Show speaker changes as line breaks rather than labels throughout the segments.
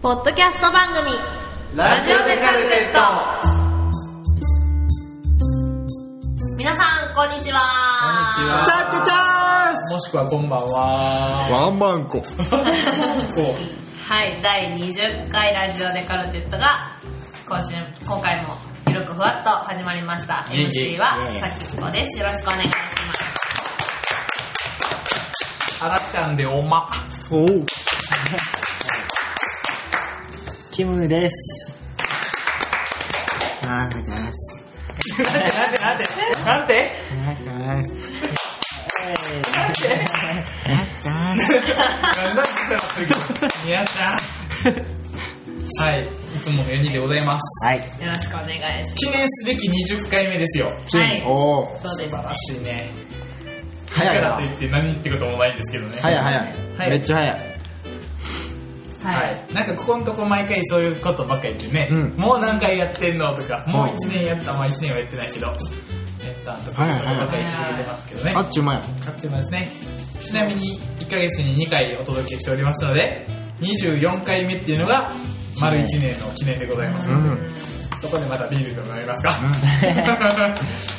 ポッドキャスト番組
ラジオでカルテット
皆さんこんにちは
こんにちは
タックチャン
もしくはこんばんは。
ワンマンコ。
こ
はい第20回ラジオでカルテットが今週今回も広くふわっと始まりました
イエイ
MC は
イエイ
さきこですよろしくお願いします
う、あらちゃんでおま。
おう。キムです。マークです。
なんてなんてなんて
マークです。マークです。
なんだってみやちゃん。はい、いつもの4人でございます。
はい。
よろしくお願いし
記念すべき20回目ですよ。
ついに
はい
おー
ますそうで
素
す
晴らしいね。
早い
だ
な
からといって何ってこともないんですけどね。
早い
は
早
い
い。めっちゃ早い。
は
はい
い。なんかここのとこ毎回そういうことばっかり言ってね、
うん
もう何回やってんのとか、もう1年やった、まあ1年はやってないけど、やったとか、
はい
ば
はい
っかり続けてますけどね。
あっちゅうまや。
買ってますねちなみに1ヶ月に2回お届けしておりますので24回目っていうのが丸1年の記念でございます、
うんうん
そこでまたビールでも飲みますか、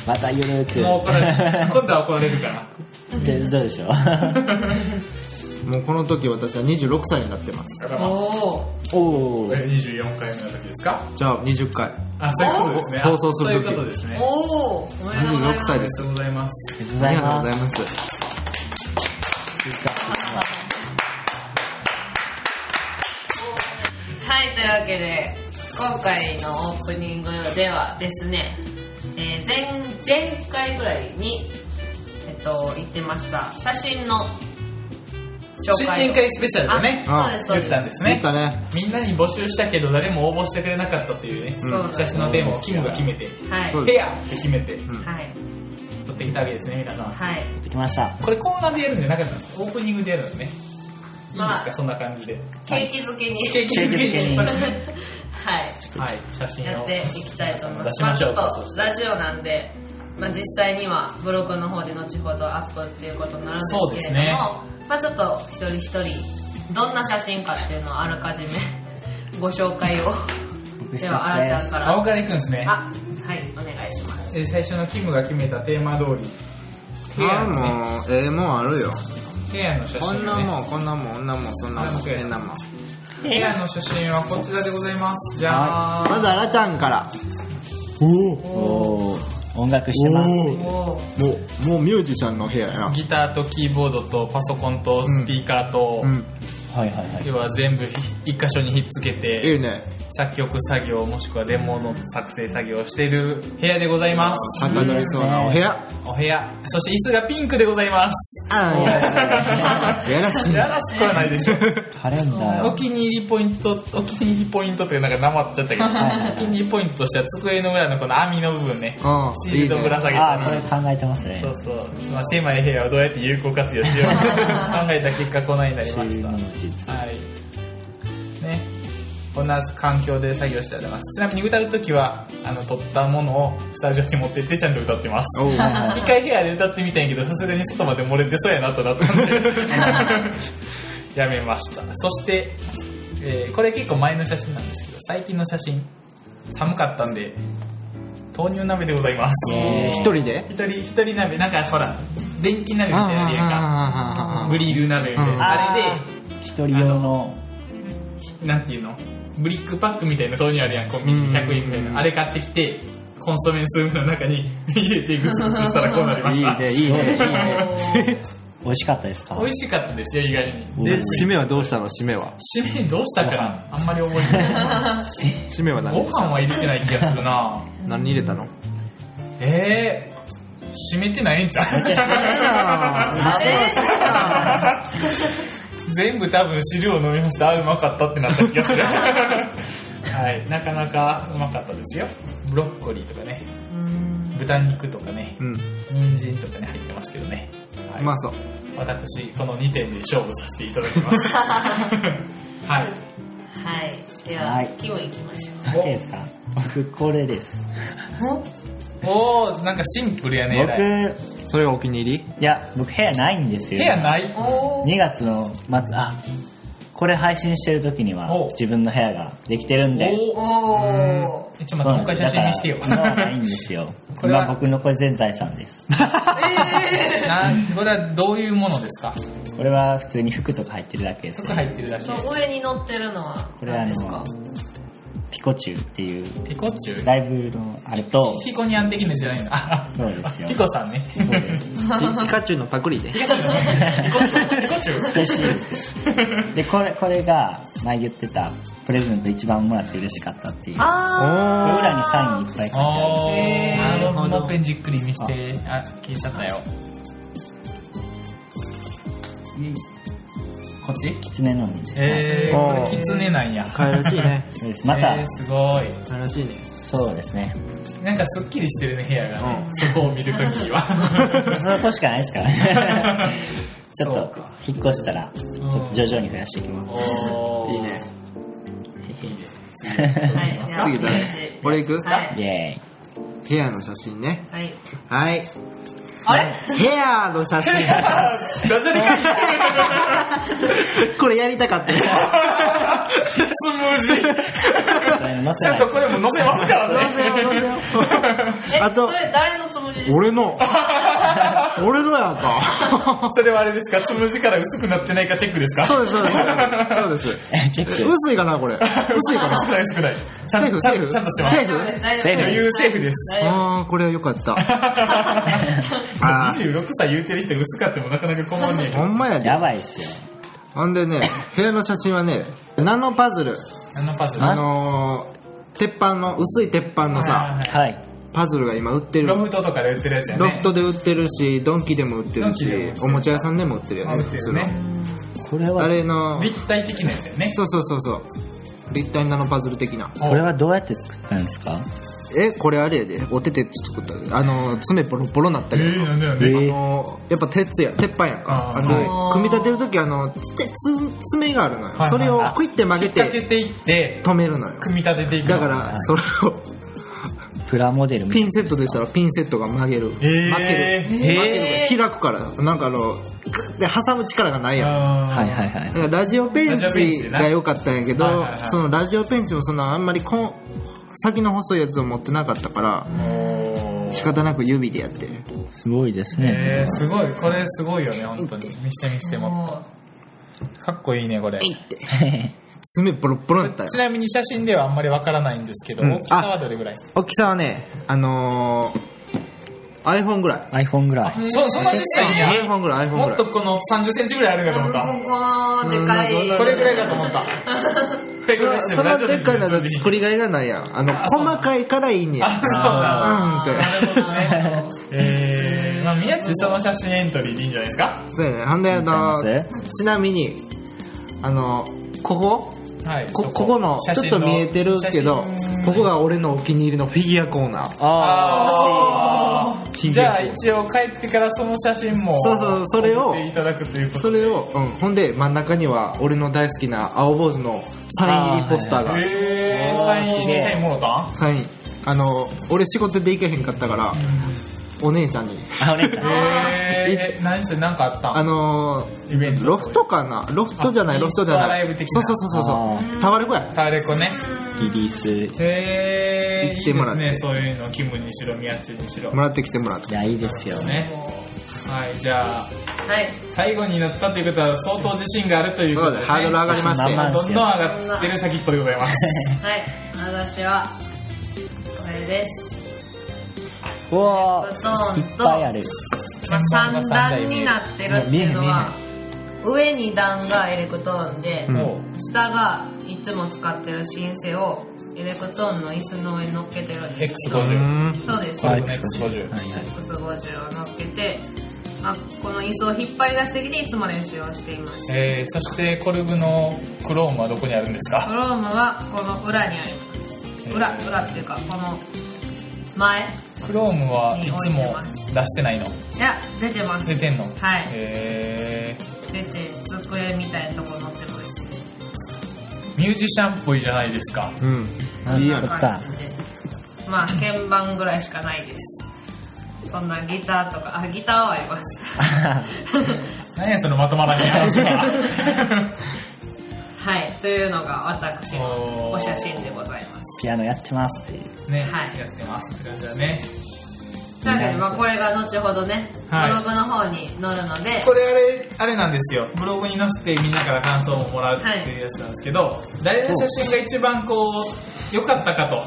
またゆる く。
もう怒られる今度は怒られるから
手伝うでしょ。
もうこの時私は26歳になってます。
だからまあ
おお
お
こ
ー。
れ24回目の時ですか
じゃあ20回。
あそういうことですねあ
放送する時
そういうことですね
おおおめでとうございます
26歳
あ
で
りが
す。
とうございます
手伝い
ありがとうご
ま
ざい
す。
ます。
はい、というわけで、今回のオープニングではですね、えー前、前回ぐらいに、えっと、言ってました、写真の紹
新
介
年
を。
会スペシャルでね
あ、そうです、そ
言っ
う
たん
で。
ですす
ね
ね
ったね。
みんなに募集したけど誰も応募してくれなかったっていうね、
そうなんです
写真のテーマをキムが決めて
はい
そ。う
ペアって決めて
ん
はい。
撮ってきたわけですね皆さん
はい。
できました。
これコーナーでやるんじゃなかったんですかオープニングでやるんですね。いいんですか、
まあ
そんな感じで。
ケーキ漬けに。
景気づけに。は。
はい
写
い。
真
や
を。
っていきたいと思いま
出
す。
し
ま
ま
あ
し
ち
ょ
ょ
う
っ
か
と、ラジオなんで、まあ実際にはブログの方で後ほどアップっていうことになるんですけれども、
そうですね
まあちょっと一人一人、どんな写真かっていうのをあらかじめ ご紹介を。
僕
では、あらちゃんか
青
ら。
から行くんですね。
あ、はい、お願いします。
で最初のキムが決めたテーマ通り。ヘ
あ
ア
あ、
のね、
もう、ええもんあるよ。
ヘアの写
こん
真
な
を、ね。
もん、こんなもん、こんなもん、そんなもん、変なもん。
ヘアの写真はこちらでございます。じゃ
はいまず、あらちゃんから。おお。
おー。音楽してます。
お
もう、もうミュージシャンの部屋や
あ、
な。
ギターとキーボードとパソコンとスピーカーと、
うん。
はいはいはい。
要は全部一箇所にひっつけ
い
て、
いね。
作曲作業もしくはデモの作成作業をしている部屋でございます
は。かどりそうなお部屋。
お部屋、そして椅子がピンクでございます。
ああ、いやらしい。いやらしい
い。やらしくはないでしょ。
カレンダ
お
ー。
気に入りポイント、お気に入りポイントってなんかなまっちゃったけど、お気に入りポイントとしては机の裏のこの網の部分ね、
うん。
シー
い
ル
い
ドぶら
ね。
下げ
あー、こ
た
れ
り。
考えてますね
そ。うそう。まあ、テーマや部屋をどうやって有効活用しようか考えた結果、こんなになりま
収
した。
納
は
の実。
い。ね。こんな環境で作業しております。ちなみに歌うときは、あの、撮ったものをスタジオに持ってってちゃんと歌ってます。
おう。
一回部屋で歌ってみたんやけどさすがに外まで漏れてそうやなとなったんでやめましたそして、えーこれ結構前の写真なんですけど最近の写真寒かったんで豆乳鍋でございます
えー一人で
一人一人鍋なんかほら電気鍋みたいなやつやんか
あ
グリル鍋みたいな、
うん
あれ
一人用の。
でなんていうのブリックパックみたいな豆乳あるやんコンビニで100円みたい
うん
なあれ買ってきてコンソメスープの中に入れてグツグツしたらこうなり
あ
ま
い
し
い
た
ね、いいね。
おー
美味しかったですか
美味しかったですよ意外に
で
で、
締めはどうしたの締めは。
締めにどうしたかなあんまり覚えてない
締めは何
ご
でし
飯
た
は入れてない気がするな
何入れたの
えー、締めてないんちゃう
あれ
全部多分汁を飲み干してあうまかったってなった気がするはいなかなかうまかったですよブロッコリーとかね豚肉とかね
うん。
人参とかね入ってますけどね、は
う
い
まそう。
私この2点で勝負させていただきますはい
はい。で
は
は、
い
キム行きましょう。
いですか僕、これです。
おおなんかシンプルやね
僕、
偉い
い
それがお 気に入り
や、僕部屋ないんですよ。
部屋ない
おー
2月の末、あ、ここれ配信してる時には
お
自分の部屋ができてるんで
おお
おー
えちょっと待ってもう一回写真見してよ
だから今はないんですよ
これは
今僕のこれ全財産です
なこれはどういうものですか
これは普通に服とか入ってるだけです
服入ってるだけ
その上に乗ってるのは
これはあ
何
の
ですか
ピコチュウっていう
ピコチュウ
ライブのあれと
ピコニャン的なじゃないんだあ
そうですよ
ピコさんね
そうです
ピカチュウのパクリで。
ピコチュウピコチュウ
嬉しいですでこれこれが前言ってたプレゼント一番もらって嬉しかったっていう
あー
裏にサインいっぱい書いてあ
あ
へー
ーなるほどもうペンじっくり見してあ消えちゃったよこっち
る狐のみです
えー、これ
おー
キツネなんや
可愛らしい ね。
そうですまた、
えーすごい
可愛らしいね。
そうですね
なんかすっきりしてるね部屋がね、そこを見るときに は
そこしかないですから ねちょっ
そう
と引っ越したらちょっと徐々に増やしていきます
おー
いいね。
いいね
はいじゃあ
次誰俺行く
はい
イエ
ヘアの写真ね。
はい
はい。
あれ
ヘアの 写真。
ダジャレか
これやりたかったよ。
スムージ
ーイそれ載
ち
せ
ゃ
なんい
とこれも載せますからね
え
あと
それ誰のつもりですか
俺 の。俺のやんか。
それはあれですかつむじから薄くなってないかチェックですか
そうです、そうです。そうです。
チェック
薄いかな、これ。薄いかな。
少ない少ないちゃ
セー
んと
フ、
ち
セ
ゃ
ー
んと
フ。
ちゃんとしてます
セーフ
大
セ
丈
ーフ
夫
余裕セーフです
大丈夫
あー、これは良か った。 あー
26歳言うてる人薄かってもなかなか困んねえか
ほんまやで。
やばいっすよ
ほんでね、部屋の写真はね、ナノパズル。
らあのパズル
あのー、鉄板の、薄い鉄板のさ、
はいはいはい
はい
パズルが今売ってる
ロ。フトとかで売ってるやつやね
ロフトで売ってるし、ドンキでも売ってるし
ドンキでも売って、る
おもちゃ屋さんでも売ってるよ
あ
ね、
売っ
普
て
通
る
の。
ね
これ
あ
は
れの、
立体的なやつやね
そうそうそうそう。立体ナノパズル的な。
これはどうやって作ったんですか
え、これあれやで、お手手作った。あのー、爪ボロボロなった
え
けど。
ーなんでなん
あ
で
のーやっぱ鉄や鉄板やんか
あー
は
あの
い
組み立てる時あのつつ爪があるの
はいはい
よそれをクイって曲げ
立て
て
ていって
止めるのよ
組み立てていくの
だからそれを
プラモデルみたい
ピ
な
ンセットでしたらピンセットが曲げる曲
えー
げる曲
えー
げる開くからなんかあのグッて挟む力がないやん
は
はいはいはい
だからラジオペン
ラジオペンチ
チ
な
が良かったんやけど
はいはいはい
そのラジオペンチもそんなあんまりこん先の細いやつを持ってなかったから仕方なく指でやって
すごいです
え
ね
ー、すごいこれすごいよね本当に見して見してもっとかっこいいねこれ
爪ボロボロやったよ
ちなみに写真ではあんまりわからないんですけど、
うん
大きさはどれぐらい
大きさはね、あのー、iPhone ぐら
iPhone ぐらい
そそんな小さいん
い。
や
iPhone ぐらい、iPhone ぐ
もっ
らい
と。この3 0ンチぐらいあるかと思った
ここでか
うん
い
これぐらいかと思ったこれぐらい
それはでっかいのだと作りがいがないやん。あの、細かいからいいねや。
あそうだ
うんって。
えー、まあ宮地その写真エントリーでいいんじゃないですか
そうやね。ほんで、あの
見ちゃい
ー、ちなみに、あのー、ここ
はい
こここの、ちょっと見えてるけど、ここが俺のお気に入りのフィギュアコーナー。
ああ
ー
じゃあ一応帰ってからその写真も
そうそうそれを
送っていただくということ
それを、うん。ほんで、真ん中には俺の大好きな青坊主のサイン入りポスターが。
えー、サイ
す
ン
げえ
サインもろたん
サイン。あのー、俺仕事で行けへんかったから、お姉ちゃんに。
あお姉ちゃん
えー、え何して何かあったん
あのー、
イベント
ロフトかなロフトじゃな
あ
いロフトじゃな
インスタライ
い
ブ的
そ
な
うそうそうそう
あ
そうタワレコや
タレコね
リリース
へえー、
行
い
っ
い
て
で
もら
す
って
ねそういうのキムにしろ宮地にしろ
もらってきてもらって
いやいいですよ
ねはいじゃあ
はい
最後になったということは相当自信があるというこ
そうだ
とで、
ねハ
ね、
ードル上がりまして
まあまあ
どんどん上がってる先っぽでございます
はい私はこれです
うわ
そう
ーいっぱいある
まあ三段になってるっていうのは上に段がエレクトーンで、
うん
も
下がいつも使ってるシンセをエレクトーンの椅子の上に乗っけてるんですけど
X50
うん
そうです
う
よ、
最
はい
後の X50
はいはい
X50 を乗っけて、まあ、この椅子を引っ張り出してきていつも練習をしています
えー、そしてコルグのクロームはどこにあるんです
ク
か
ロームはこの裏にあります裏
えー
裏っていうかこの前
クロームはいつも出してないの
いや出てます
出てんの
はい
え
出て机みたいなとこ乗ってます
ー、ミュージシャンっぽいじゃないですか
うんいいや
なん
ん
か
まあ鍵盤ぐらいしかないですそんなギターとかあギターはあります
何やそのまとまらない話は
はいというのが私のお写真でございます
ピアノやってますっていう。
ね、
はい
やってますって感じだね。
というわけで、まあ、これが後ほどね、
はい
ブログの方に載るので
これあれ、あれなんですよ。ブログに載せてみんなから感想をもらうっていうやつなんですけど、誰の写真が一番こう、良かったか
は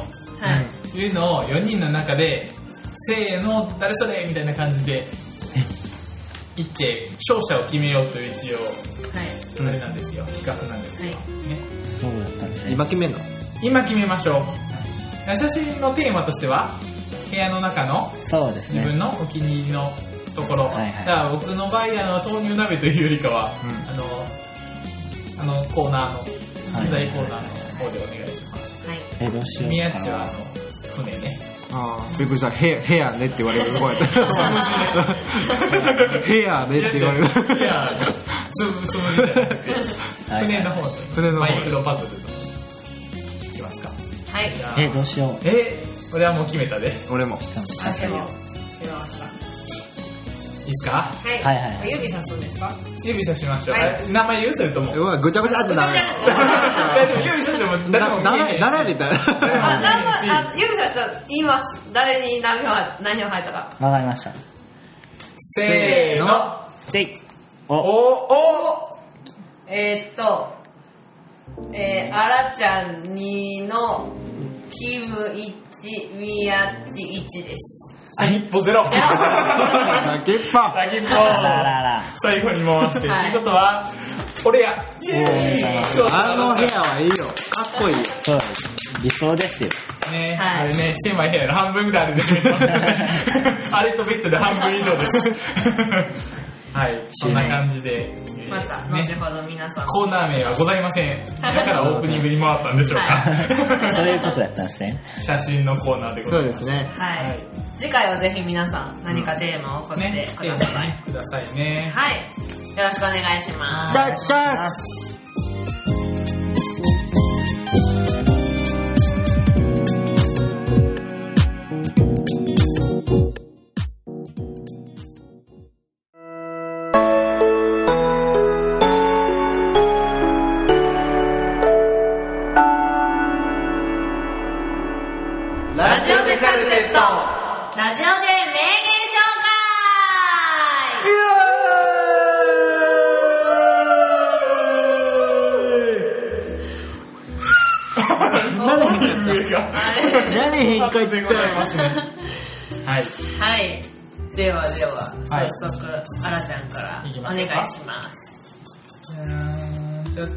い、
というのを4人の中で、せーの、誰それみたいな感じで、言って、勝者を決めようという一応、
はい
あれなんですよ。企画なんです
は
よ。ね
そうだったんですね。
今決めんの
今決めましょう。写真のテーマとしては、部屋の中の
そうです
自分
ね。
のお気に入りのところ、
はいはい
だから僕の場合あの豆乳鍋というよりかは、あのあのコーナーの
はい
機材コーナーの方でお願いします
はい
え、どうしよ
宮
う
っ
か
ちはあの。
な
船ね
ああびっくりしたヘヘアねって言われる こうやったヘアねって言われる
いやつぶつぶじゃなくて
はい
船の方で
船の方
マ
で
イクロパズルといきますか
はい
じゃあ
え、どうしよう。
え俺はもう決めたでいい
俺も
確か
私
に
も決めました
ですか
はい、
はいはいはい
指さすんですか
指さしましょう、
はい
あ名前言うそれとも
うわぐちゃぐちゃってなる
いやでも指さしても誰も
だ
見えない
だ
し
並べたら
あ、
誰
何
も見えないし
あ、指さしたら言います。誰に何を何を入ったか。
わかりました。
せーの
でいお、
おお
えー、っと、えー、あらちゃん2の、キム1、ミヤッチ1です。
先っぽゼロ
だけっぱ
先っぽ
あららら。
最後に回して、
はい
ということは俺やイ
おめ
エ
でとうござい
ーイ
ます
あのヘアはいいよかっこいいよ
そうです。理想ですよ。
ね、
はい
あれね狭い部屋の半分ぐらいあれで締めてますよねあれとベッドで半分以上ですはいそんな感じで、えー
また、
ね
後ほど皆さん。
コーナー名はございませんだからオープニングに回ったんでしょうか、
そういうことだったんですね。
写真のコーナーでご
そ
ざ
う
い
で
ます
すね
はい、
はい
次回はぜひ皆さん、何かテーマをこれ
ね
てください。
くださいね
はい。よろしくお願いします。
じゃじゃ
ラジオでカルテットラジオで名言紹介
上が
何変化言っ
ございま
た
すね。はい。
はい。ではでは、
はい
早速、あらちゃんから
いき
お
ま
願
しょ
いうし
か
ます。
じゃあ、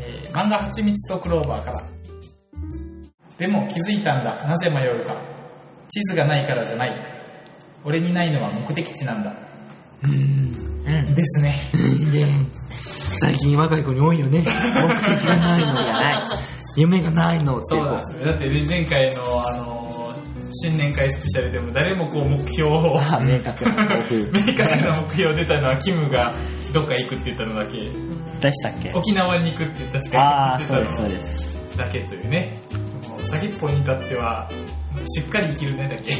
えー漫画「はちみつとクローバー」から。でも気づいたんだ。なぜ迷うか。地図がないからじゃない。俺にないのは目的地なんだ。うん。ですね。
最近若い子に多い よね目的がないの夢がないのって
そ
いう
うなんですよ。だってね前回の、あのー新年会スペシャルでも誰もこう目標を
あ、明確な抱負。
明確な目標出たのはキムがどっか行くって言ったのだけ
でしたっけ
沖縄に行くって確
あ
か
あ、
に
そう
言
で
って
す、
たのだ
そうです。
けというねもう先っぽに至ってはしっかり生きるねだ け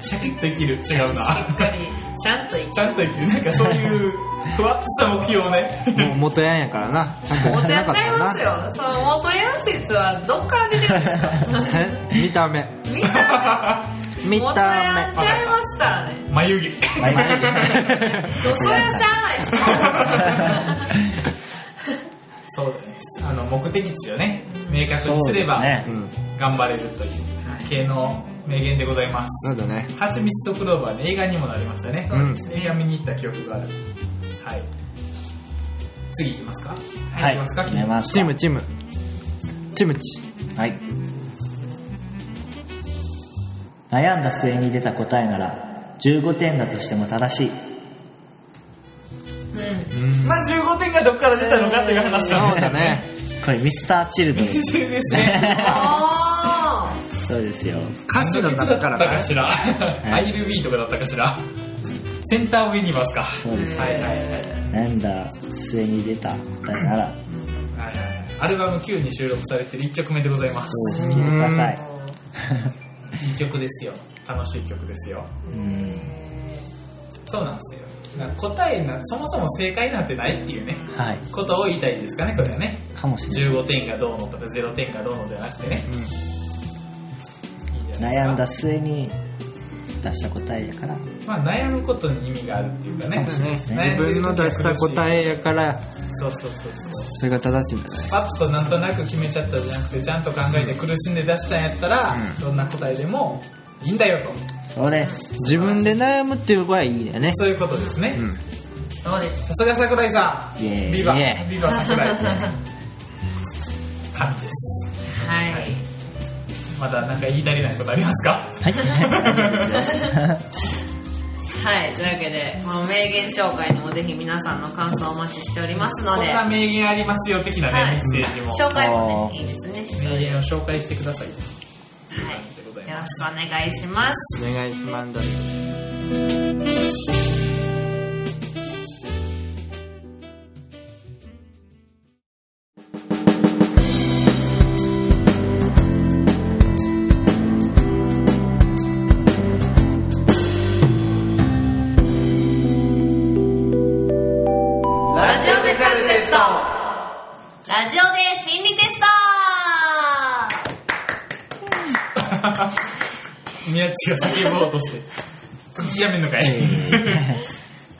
シャキッと生きる違うな
しっかり、ちゃんとい
ちゃんと生きるなんかそういうふわっとした目標をね
もう元ヤンやからなちゃんと
も
やって
とやっ
なかっ
ちゃい
た
ます
な
よ。その元ヤン説はどっから出てるんですか
え見た目
みんな、
見
元ヤ
た
ンちゃいますからね。
眉毛
眉
そりゃしゃあないです。
そうだねあの目的地をね明確にすれば
そうです
目うん
頑張れるという系の名言でございます
そうだね
はちみつとクローバーで映画にもなりましたね、
うん
映画見に行った記憶があるはい次行きますか
は
行きますか
い、決
君
めま
チーム
し
チームチームチ
た。はい。悩んだ末に出た答えなら、15点だとしても正しい。
まあ15点がどっから出たのかという話
そ
なん
う
で
だ
すよ
ね
これ、ミスターチルドレン。
そうですね
おー
そうですよ。
歌詞の中から
だ
な
ったかしら ILB とかだったかしらセンター上にいますか
そうです
はいはいはい
悩んだ末に出た答えなら、
はいはいアルバム Q に収録されてる1曲目でございます
そうです。聞いてください。
いい曲ですよ楽しい曲ですよ
うん。
そうなんですよな答えなそもそも正解なんてないっていうね
はい
ことを言いたいですかねこれはね
かもしれない
15点がどうのとか0点がどうのではなくてねいいじゃないですか
悩んだ末に出した答えやから
まあ悩むことに意味があるっていうかね
自分の出した答
え
えやから
そうそうそうそう
それが正しいんだね
パッとなんとなく決めちゃったじゃなくてちゃんと考えて苦しんで出したんやったら、
う
どんな答えでもいいんだよと
そうです
自分で悩むっていうのはいいよね
そういうことですね、
うん
どうです
さすが桜井さん
イエーイ
ビバ
イエーイ
ビバ桜井神です
はい、
まだなんか言い足りないことありますか
はい
はい、というわけでこの名言紹介にもぜひ皆さんの感想をお待ちしておりますの
こん
で、
な名言ありますよ的なね、
はい
メッセージも
紹介も
あ
ね
ー
いいですね
名言を紹介してくださいでござい
はい、よろ
ま
しくお願いします
お願いします
ラジオでカルテットラジオで心理テス
宮地が先ぼうとして 次やめんのかい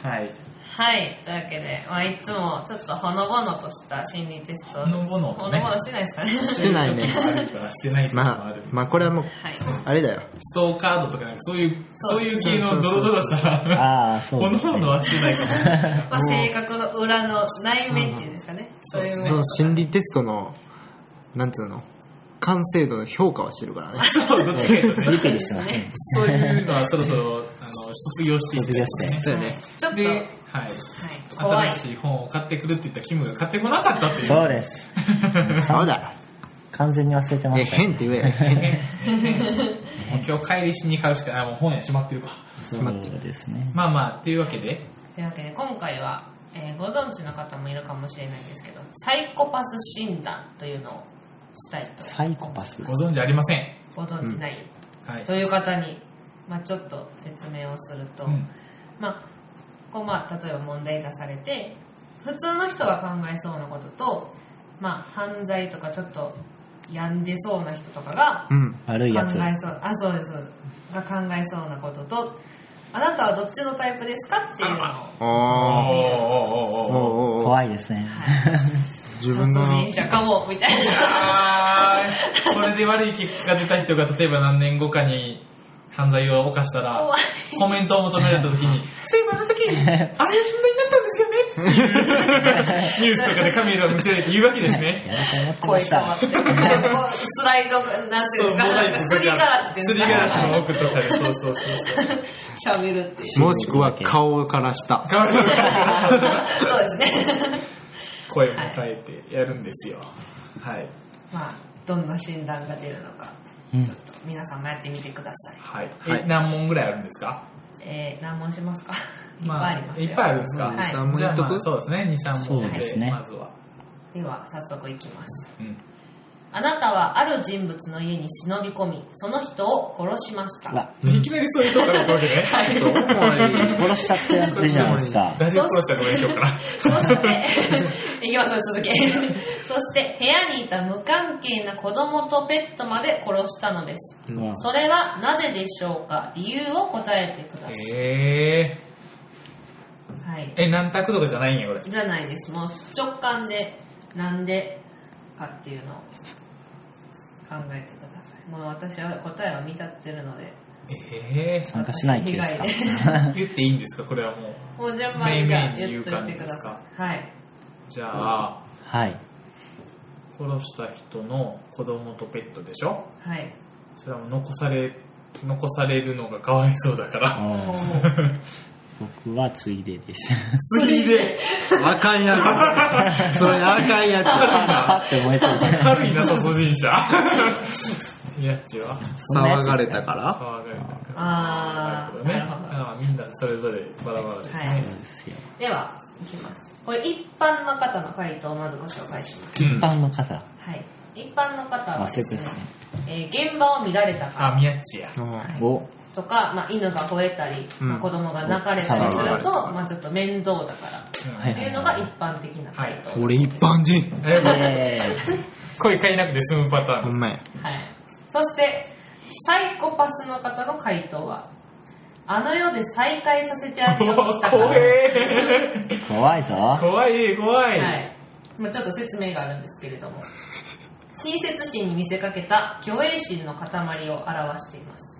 はい
トはい、というわけで、まあ、いつもちょっとほのぼのとした心理テスト
ほのぼの
ほ
ね
のぼのしてないですかね
してないね
あるからしてないとかもあ
まあ
る、
まあこれはもう
はい、
あれだよ
ストーカードとかなんかそういう
そ
そうういう系のドロドロした
ああそ
ほ
う
の
です
ほのはしてないかもしれない
まあ、性格の裏の内面っていうんですかね、そういう面
その心理テストのなんつうの完成度の評価をしてるからね
そうどっちかというとね
理解してません
そういうのはそろそろあの卒業していきたいですね
そうよね
ちょっと、
で、
はい、
はい、
怖い
新しい本を買ってくるって言ったキムが買ってこなかったっていう
そうです
そうだ
完全に忘れてま
え
した
変って言え変
もう今日帰りしに買うしかないあもう本屋閉まってるか
そうですね
まあまあっていうわけで
というわけで今回は、えーご存知の方もいるかもしれないんですけどサイコパス診断というのをしたいと
サイコパス
ご存知ありません
ご存知ない、
はい
という方に、まあ、ちょっと説明をすると、
うん
まあこうまあ、例えば問題がされて普通の人が考えそうなことと、まあ、犯罪とかちょっと病んでそうな人とかが
うん
悪
考
い
え
やつ
そうあそうですが考えそうなこととあなたはどっちのタイプですかっていうのを
あ
おーおーお
ーおう
ーおー
おうおう
怖いですね
自分の
殺人者かもみたいな。
あーこれで悪い結果が出た人が例えば何年後かに犯罪を犯したら
怖い
コメントを求められた 時に「そういえばあの時あれは 死んでになったんですよね」っていうニュースとかでカメラを見せられて言うわけですね
やると思ってま
声
し
変わ
た
って。こうスライド、なんていうんですか、なんかすりガラスっていうん
すり
です
ガ
か
ラスの奥とかでそうそうそうそう
喋るっていう。
もしくは顔からした
変わる
そうです ね。
声も変えてやるんですよはい
まあ、どんな診断が出るのか、
うん
ちょっと皆さんもやってみてください。
はい、
はい
え何問ぐらいあるんですか
えー、何問しますかいっぱいあります
い
よ。
っぱいあるんですか、
はい
23問
じゃあ、
やっと
まあ、
く
そうですね23
そう
問で
ですね
まずは、
では、早速いきます。
うん、
あなたはある人物の家に忍び込み、その人を殺しました。
うわ
いきなりそういうとこから行くわけね。はい。
どうもいい
殺しちゃってるじゃないですか
誰を殺したらどうでしょうかな。
そして、いきますよ、続け。 そして、部屋にいた無関係な子供とペットまで殺したのです。
うん
それはなぜでしょうか理由を答えてください。
え
はい
ー。。え、何択とかじゃないんや、これ。
じゃないです。もう直感で、なんでかっていうのを考えてください。もう私は答えは見立ってるので。
え
参加しない気ですか
私以外で
ー。言っていいんですか、これはもう。
もう順番にじゃあ
めいめい
言
言
っ
う
とい
感
て
じ
く
で
だ
すか
さい。はい。
じゃあ、
はい
殺した人の子供とペットでしょ
はい。
それはもう残され、残されるのがかわいそうだから。
お
あー
ー
僕はついでです
次で赤いや つそれ赤いやつ
パッて燃えてるから
軽いな、殺人者。やっちは
騒がれたから
騒がれたから。
あー
なる
なるほ
ほど
ど
ね。あーみんなそれぞれバラバラですね。
はい
そう。ですよ
では、いきます。これ一般の方の回答をまずご紹介します。
う
一
ん。
般の方
はい。一般の方は
あ
で
そう
すね
ですね、
えー現場を見られた
あ、
か、
宮地や。
うん
を
とか、まあ、犬が吠えたり、
うん
まあ、子供が泣かれたりす
は
る
い
と、まあ、ちょっと面倒だから
はい
っていうのが一般的な回答、
俺一般人
えー
え
声変えなくて済むパターン
ほ
です
んまや
はい、そしてサイコパスの方の回答はあの世で再会させてあげようとした から、
怖
はい
え
ー怖いぞ。
怖い怖い、
まあ、ちょっと説明があるんですけれども親切心に見せかけた虚栄心の塊を表しています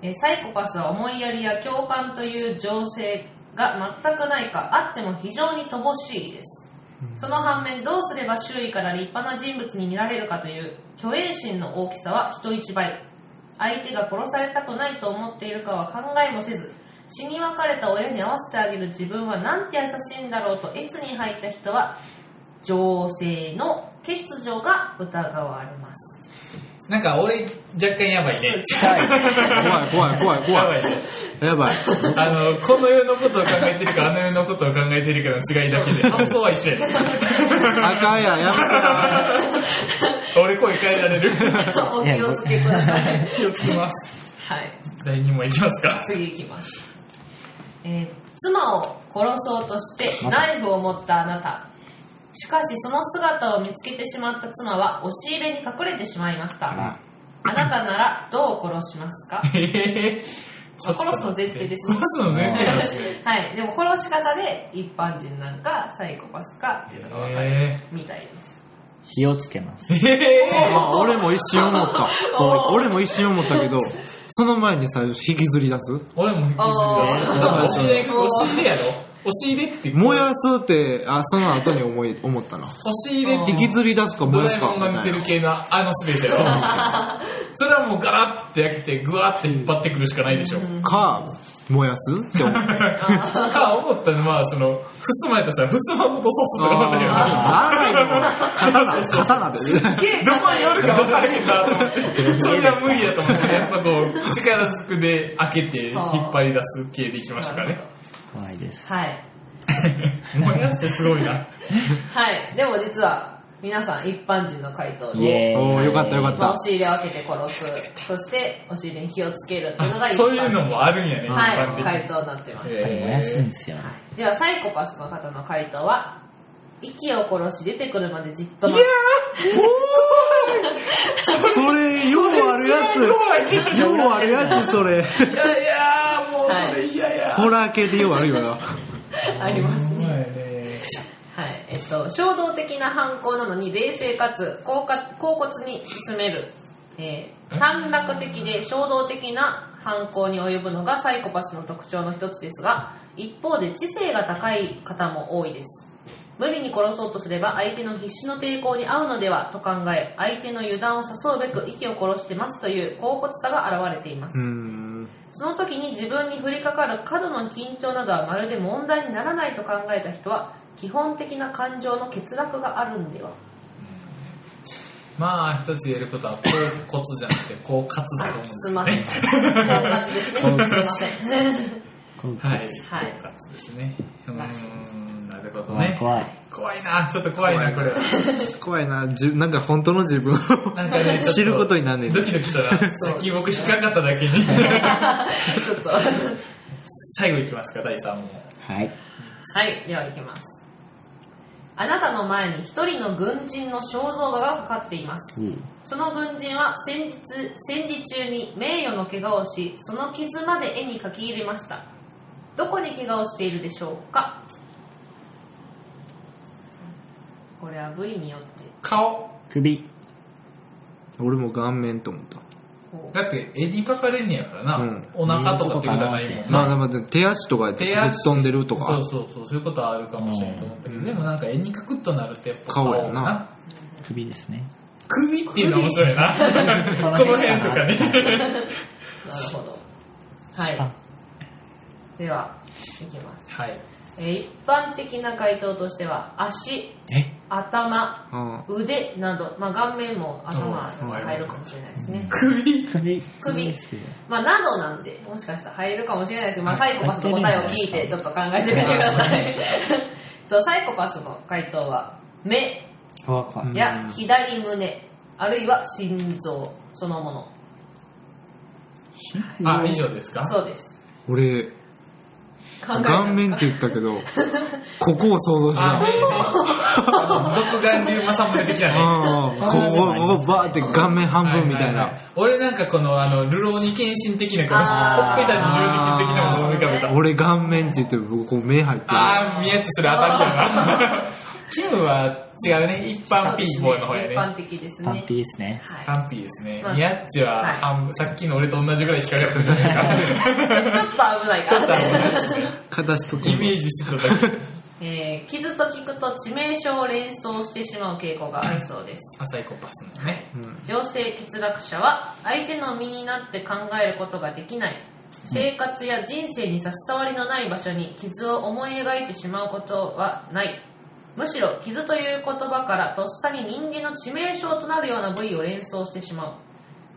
えーサイコパスは思いやりや共感という情勢が全くないかあっても非常に乏しいですその反面どうすれば周囲から立派な人物に見られるかという虚栄心の大きさは人一倍相手が殺されたくないと思っているかは考えもせず死に別れた親に合わせてあげる自分はなんて優しいんだろうと越に入った人は情勢の欠如が疑われます
なんか俺若干やばいね
近い。
怖い怖い怖い
やば
怖い
いね
やばい
あのこの世のことを考えてるかあの世のことを考えてるかの違いだけで発想は 一緒やね
赤ややばい
俺声変えられる
お気をつけください
気をつけます
はい
第2問いきます か
次いきます、えー妻を殺そうとしてナイフを持ったあなたしかしその姿を見つけてしまった妻は押し入れに隠れてしまいました
あ
あなたならどう殺しますか
え
まあ殺すの前提ですね
殺すの前提なんですね
はいでも殺し方で一般人なんかサイコパスかっていうのが分かる
え
みたいです
火をつけます。
あ俺も一瞬思った俺も一瞬思ったけどその前に最初引きずり出す
俺も引きずり出す
おー
多分押し入れ押し入れやろ押し入れって
燃やすってあその後に思い思ったな
押し入れって
引きずり出すか
ド
燃や
ラえ
すか
もんが見てる系のあのスペースやろそれはもうガラッて焼けてグワッて引っ張ってくるしかないでしょ
か燃やすって思った
か思ったのはその襖やとしたら襖ごと刺すとか思ったけど
あー刀で
どこにおるか分からへんなと思ってそれは無理だと思ってやっぱこう力ずくで開けて引っ張り出す系でいきましたからね
怖いです。
はい
燃やすってすごいな
はいでも実は皆さん一般人の回答
イ
で
エーイ。
おーよかったよかった
まあ押し入れを開けて殺すそして押し入れに火をつけるっていうのが一般
そういうのもあるんやね一般
はい
的
回答になってます
これ燃やすんですよ。
ではサイコパスの方の回答は息を殺し出てくるまでじっと待
それようあるやつようあるやつそれ
いやいやもうそれ嫌や
ホラー系でようあるよな
つありますね
ね
はいえっと、衝動的な犯行なのに冷静かつ狡猾狡骨に進める、えー短絡的で衝動的な犯行に及ぶのがサイコパスの特徴の一つですが一方で知性が高い方も多いです無理に殺そうとすれば相手の必死の抵抗に合うのではと考え相手の油断を誘うべく息を殺してますという狡猾さが現れています
うん
その時に自分に降りかかる過度の緊張などはまるで問題にならないと考えた人は基本的な感情の欠落があるんでは
まあ一つ言えることは高骨じゃなくて高活だと思うんです
す
よ
いません
ね
簡単ですねすいませんは
はい
い
高活ですねうーんなるほど
怖い
ね
怖い。
怖いなちょっと怖いなこれは
怖いなじゅなんか本当の自分を
なんかね
知ること
に
になんねん
ドキドキしたな
そう
さっき僕引っかかっただけに
ちょっとは
最後いきますか第3問
はい。
いではいきますあなたの前に一人の軍人の肖像画がかかっています
うん
その軍人は戦日戦時中に名誉の怪我をしその傷まで絵に描き入れましたどこに怪我をしているでしょうかこれは部位によって
顔
首。
俺も顔面と思った
こう
だって絵に描かれんねやからな、
うん
お腹とかってことはないもんな、
まあまあ手足とかで
手
ぶっ
足
飛んでるとか
そうそうそうそういうことはあるかもしれんと思ったけど、
うん
でもなんか絵に描くとなるとやっぱ
顔やな
首ですね。
首っていうのは面白いな。こ
首
の辺とかね。
なるほどはいではいきます、
はい。
えー一般的な回答としては足
え
頭
うん
腕など、まあ、顔面も頭
うん
入るかもしれないですね、
首
首。
首
ですよ
まあ、などなんで、もしかしたら入れるかもしれないですけど、まあ、サイコパスの
入って
答えを
るんじゃない
聞いて、ちょっと考えてみてください。とサイコパスの回答は、目
怖い怖い。
や左胸、あるいは心臓そのもの。
あ、以上ですか
そうです
俺、
考えた
顔面って言ったけど、ここを想像し
あ、
た
ね。 独眼竜政宗的なね。
ああ、ここ、ここバーって顔面半分みたい
ははは
な。
俺なんかこの、あの、ルローニケンシン的な、この、
あー
ほっぺたに十字キ的なものを思い浮かべた。
俺顔面って言って、僕こう目入ってる。
あー、宮地それ当たりだな。 キムは違うね。一般ピーポーの方や
そうですね
ね。
一般的ですね
パンピーですね。
はい
パンピーですね
ま。あ
ミヤッチは
はい
半分、さっきの俺と同じぐらい光るやつじゃない
ちょ
か。
ちょっと危ない
ちょ
か
っと
ら
あの
ね
ね、
片足とこ
イメージしてただけ。
えー傷と聞くと致命傷を連想してしまう傾向があるそうです
あサイコパスのね。
情勢欠落者は相手の身になって考えることができない生活や人生に差し障りのない場所に傷を思い描いてしまうことはないむしろ傷という言葉からとっさに人間の致命傷となるような部位を連想してしまう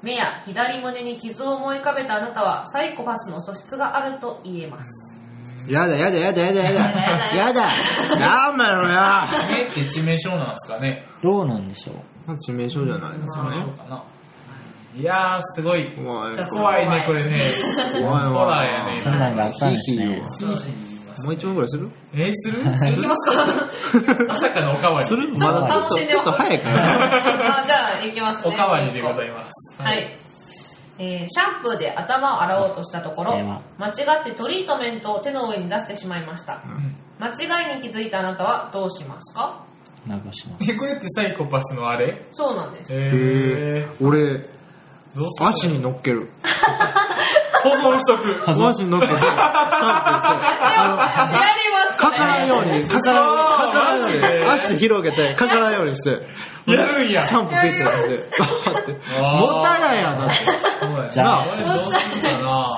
目や左胸に傷を思い浮かべたあなたはサイコパスの素質があると言えます
やだやだやだ やだやだ。やだやめろや
目って致命傷なんですかね。
どうなんでしょう
致命傷じゃないです
致
か
命傷
ね。
かな。いやー、すごい。
怖い
ちょっと
怖いね、これね。
怖い
ホラーやね
そんなんがあったんです
ヒーヒー
ね
よ。
そうです
もう一問ぐらいする
えー、 するいきますかまさかのおかわり。
ちょっと
ちょっ
楽
と、
しんで
ちょっと早いから。
あじゃあ行きますね
おかわりでございます。
はい。えーシャンプーで頭を洗おうとしたところ、
うん
間違ってトリートメントを手の上に出してしまいました、
ん
間違いに気づいたあなたはどうしますか
流します。
え、これってサイコパスのあれ
そうなんです
え
えー、俺、
ー、どうする
足に乗っける。
保存しとく。
足に乗っけ て、シャンプーして。あの、かからんように、かからんように、かからんように、足広げて、かからんようにして、
やるんや。
シャンプーピ ッてやって、バーって、持たないやんだって。
そうや
じゃ
な。
あ
俺どうするか な。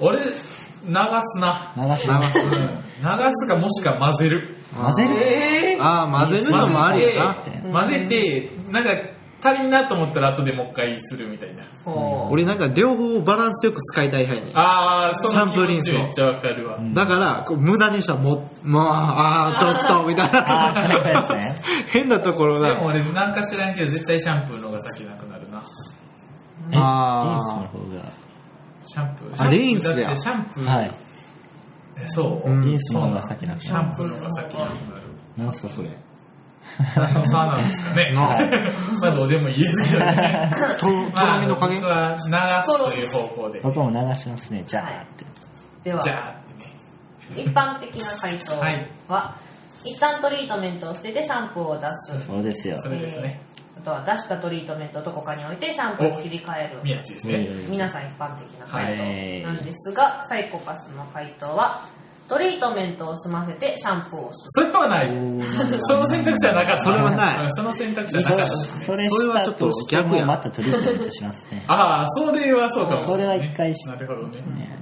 俺、流すな。
流します。
うん流すかもしか混ぜる。
混ぜる
え
ああ、混ぜるのもありやな。
混ぜて、なんか足りんなと思ったら後でもう一回するみたいな。
ほう
俺なんか両方バランスよく使いたい派に。
あー、その気持ち
サンプリング
めっちゃわかるわ。
だから、こう無駄にしたらも、もう、ああ、ちょっと、みたい
あー、そ れくらい
な。
ですね。
変なところ
でも
だ。
俺なんか知らんけど絶対シャンプーの方が先なくなるな。
え、リンスの
あ
方が。
シャンプー。
あレインズや
だってシャンプー。
はい。
えそう、
うん
リンスの方が先なんで
シャンプーの方が先なくなる。
なんすか、それ。
何の差なんですかね。 まあどうでもいいですけど ね。
と、とろみの加減
僕は流すという方向で。
僕も流しますね、じゃーって。
では
じゃあってね。
一般的な回答は、
はい
一旦トリートメントを捨ててシャンプーを出す
そうですよ
そ。れですね。
えーあとは出したトリートメントをどこかに置いてシャンプーに切り替える
宮地ですね。
えー
皆さん一般的な回
はい
答なんですが、サイコパスの回答はトリートメントを済ませてシャンプーをする
それはない。その選択肢はなかった。
それはない
うんその選択肢はなかった。
それ
それ
し
はちょ
た
っと
として
逆や
もまたトリートメントしますね。
ああ、それはそうかもしれない。
それは一回し
なるほどね。
ね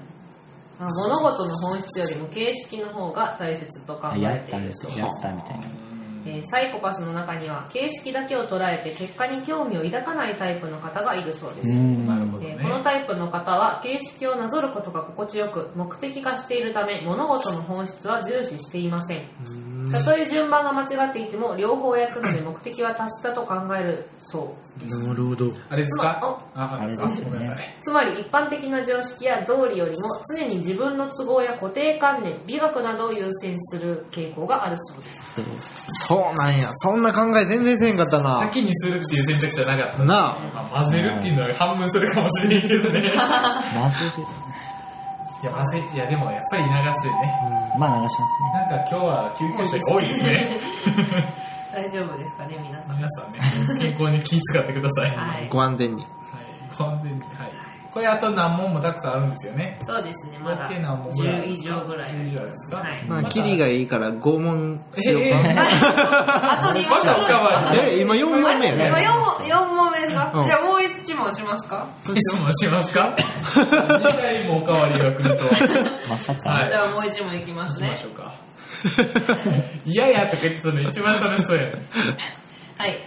まあ物事の本質よりも形式の方が大切と考
や
え
ってた
い
み
る
た
そう
い、やったみたいな。
えーサイコパスの中には形式だけを捉えて結果に興味を抱かないタイプの方がいるそうで
う
す、
ん。
なるほど
え
ね
ー。このタイプの方は形式をなぞることが心地よく目的化しているため物事の本質は重視していませんたとえ順番が間違っていても両方役ので目的は達したと考えるそう
なるほど。
あれですかあ、あ
あ
れ
れ
で
ですす
かご
ね
めんなさい。
つまり一般的な常識や道理よりも常に自分の都合や固定観念美学などを優先する傾向があるそうです
そう
そうなんや。そんな考え全然せんかったな。
先にするっていう選択肢はなかった。
な
まあ混ぜるっていうのは半分それかもしれ ないけどね。
混ぜる。
いや、混ぜ、いや、でもやっぱり流すよね。
まあ流しますね。
なんか今日は救急車が多いです ね。
大丈夫ですかね皆さん
皆さんね、健康に気遣ってください。
は
はい。
い
ご安全に。
完全に。はい。これあと何問もたくさんあるんですよね。
そうですね、まだ
合計何問ぐら
10
い
以上ぐらい。
10以上ですか
はい。
まあ、キリがいいから拷問
え
しようか。
あと2問
まだおかわり。
え、今4問目や
今
ね。
4問、四問目ですか、
うん
じゃあもう1問しますか、
質問しま すか ?2 回もおかわりが来るとは。
まさか。
はい。
じゃあもう1問いきま
行
す
きま
ね
し。ょうか。 嫌やとか言ってたの一番楽しそうやね。
はい。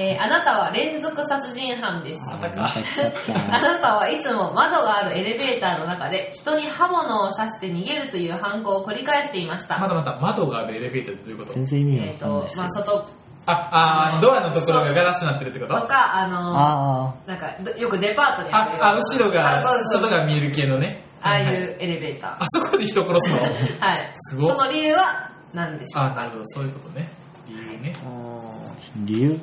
えーあなたは連続殺人犯です。
あーまた来ちゃっ
あ
た。
なたはいつも窓があるエレベーターの中で人に刃物を刺して逃げるという犯行を繰り返していました。
まだまだ窓があるエレベーターってどういうこと
全然意味
えっ、
が
と
わかんないで、す
ま
よ
あ、外
あ、あードアのところがガラスになってるってこと
とか、あの
あ
なんかどよくデパートに
あ
る、
あ、後ろが
あ、そうそう
外が見える系のね。
ああい
はいはいう
エレベーター
あそこで人殺すの
はい
す
そ
ごい
の理由は何でしょう
あ、なる
か
ほど、そういうことね。理由ね。
ー理由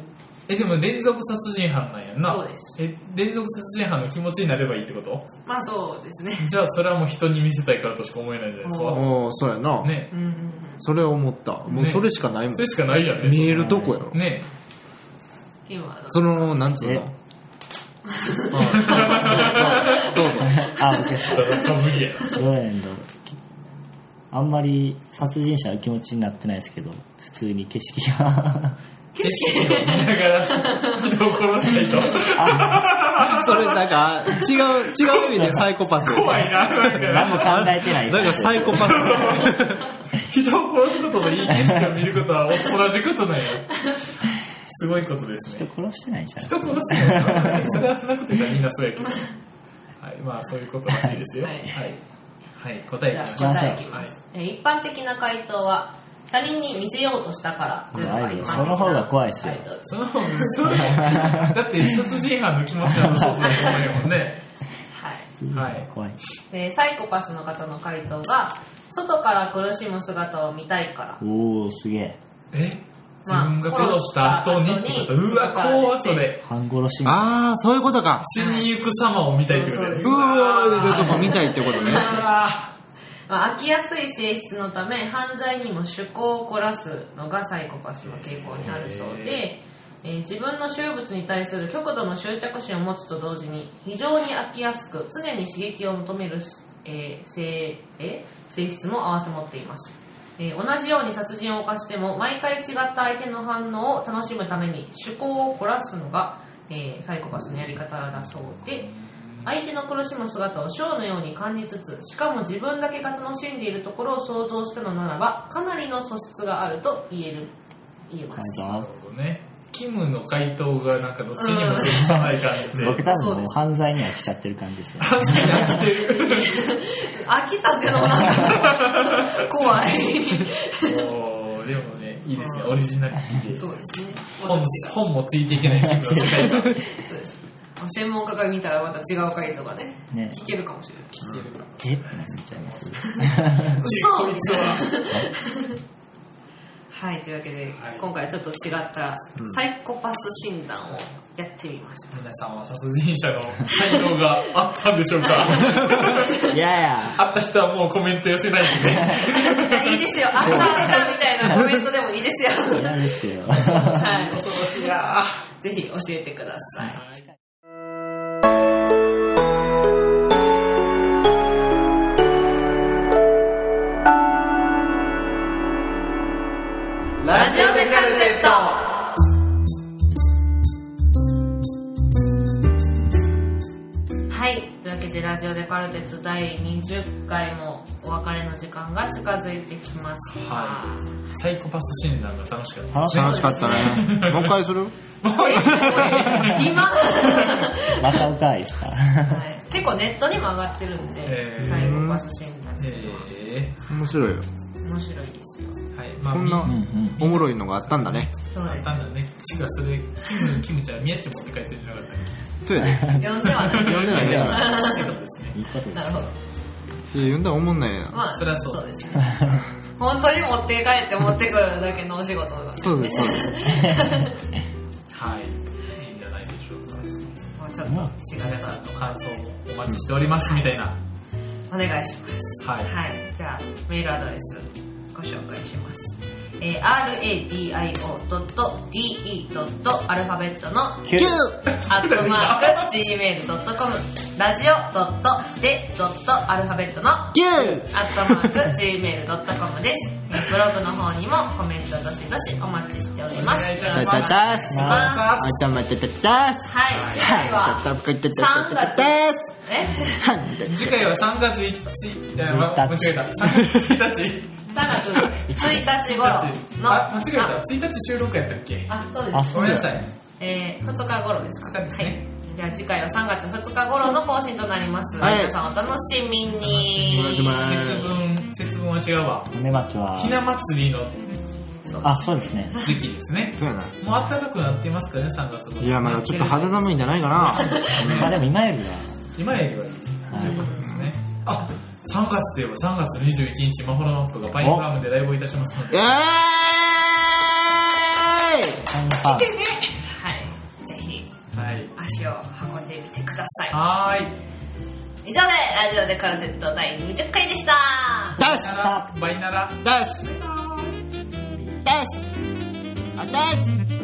え、でも連続殺人犯なんやんな。
そうです
え、連続殺人犯の気持ちになればいいってこと
まあそうですね
じゃあ、それはもう人に見せたいからとしか思えないじゃないです
う
か。
おーそうやな。
ね
うんうんうん
それを思った。もう
ね
それしかないもん
そ。れしかないやんね。
見えるとこやろ。
ね
金はどう
その、なんつう
え
のうんどうぞ。
あ、僕
え。だから無理 や。
どうやねんだろうきあんまり殺人者の気持ちになってないですけど普通に景色が
景色を見ながら人を殺したい と。
それなんか、違う、違う意味でサイコパス。
怖いな、みたい
何も
な。
考えてない
なんかサイコパス。
人を殺すことといい景色を見ることは同じことなんや。すごいことです
人
ね。
殺してないんじゃない
人殺してないですかそれはそんなこと言ったらみんなそうやけど。はい、まあそういうことらしいですよ。は
はいい。
はい、答えいき
じゃ
ま
あ
しょう
答えいきます、え一般的な回答は他人に見せようとしたからというのが一般的な
その方が怖いっすよ
回答です
その方が、そうだって殺人犯の気持ちなんてそうだと思えもんね。
はい
はい
怖い
えーサイコパスの方の回答が外から苦しむ姿を見たいから
おおすげえ
え自分が殺した後にってことうわ、怖それ。
半殺しみたい
あー、そういうことか。
死にゆく様を見たいってこと
そうそ
で
う
す。
うわー、とか見たいってことね。
まあ、飽きやすい性質のため犯罪にも趣向を凝らすのがサイコパスの傾向にあるそうで、えー自分の収物に対する極度の執着心を持つと同時に非常に飽きやすく常に刺激を求める、えー性え性質も併せ持っています、えー同じように殺人を犯しても毎回違った相手の反応を楽しむために趣向を凝らすのが、えーサイコパスのやり方だそうで、相手の苦しむ姿をショーのように感じつつしかも自分だけが楽しんでいるところを想像したのならばかなりの素質があると言える言えま
な
す
な
なん
る
か
ほどね。キムの回答がなんかどっちにも適さない感じで。
僕 多分もう犯罪には来ちゃってる感じですよね
飽きたってのもなん か怖い
おーでもね、いいですね、オリジナリティで。
そうですね
本本もついていけないけど世界が
そうですまあ専門家が見たらまた違う回とかね
ね
聞けるかもしれない
えってなっちゃいます
嘘
こいつは
はいというわけで、
はい
今回はちょっと違ったサイコパス診断をやってみました、
皆さんは殺人者の回答があったんでしょうか
いやいや
あった人はもうコメント寄せないでね。
いいですよあったあったみたいなコメントでもいいですよ
嫌ですけど
はい
恐ろしいな
ぜひ教えてください。ラジオでカルテットはい、というわけでラジオでカルテット第20回もお別れの時間が近づいてきました。
はサイコパス診断が楽しかった。
楽しかっ
楽しかった ね。もう一回する
今
た中岡愛ですから
はい結構ネットにも上がってるん
え
で、
ー
サイコパス診断っていうのは
え
面白いよ。
面白いですよ。
ー、はい、まあ、
こんな
うんうん
おもろいのがあったんだね。
そう
あ
で
ったんだね。違う、それ、キム、キムちゃん、ミヤちゃん持って帰ってんじゃなかったっ
そうやね。
す。呼んではない。
読んでないね。
け そうですね。
いいことです
なるほど。
読んだらおもんないやん。
まあ、
そりゃそう
ですね。本当に持って帰って持ってくるだけのお仕事なんで、
そうです、そうです。
はい。いいんじゃないでしょうか。
もうちょっと違っ
皆さ
た
んの感想もお待ちしておりますみたいな。
お願いします。
は
は
い。
い、じゃあメールアドレスご紹介します。えー、radio.de. の
キュー
アットマーク gmail.com ラジオドットでドットアルファベットの
ギュー
アットマーク gmail.com です。えーブログの方にもコメントどしどしお待ちしております。
お願いいた
た
しま
た
す
たす。
ます
あたまたたたす。
はい、次回は、
たたたたたたたたす。
え
次回は3月1日、えーま間違えた。3月
3
1日。
月1日頃の、
あ、間違えた。1日収録やったっけ
あ、そうで
あ
す。
ごめんなさい。
えー、2日頃ですか。
二日ですね
はい。じゃあ次回は3月2日頃の更新となります。
はい
皆さんお楽しみに。
お願いします
節分、節分は違うわ。
豆まきは
ひな祭りの
そう
あ、そうですね。
時期ですね。
そうやな。
もう暖かくなってますからね、3月頃
いや、まだちょっと肌寒いんじゃないかな。
まあでも今よりは、
今よりはいいということですね。あ、3月といえば3月21日、マホラマップがパインファームでライブをいたしますので、
え
パンパン。
はい。ぜひ、
はい。
足を運んでみてください。
はーい。
以上で、ラジオでカルテット第20回でした。
ーいです
さよならバイナラ。
ですですあです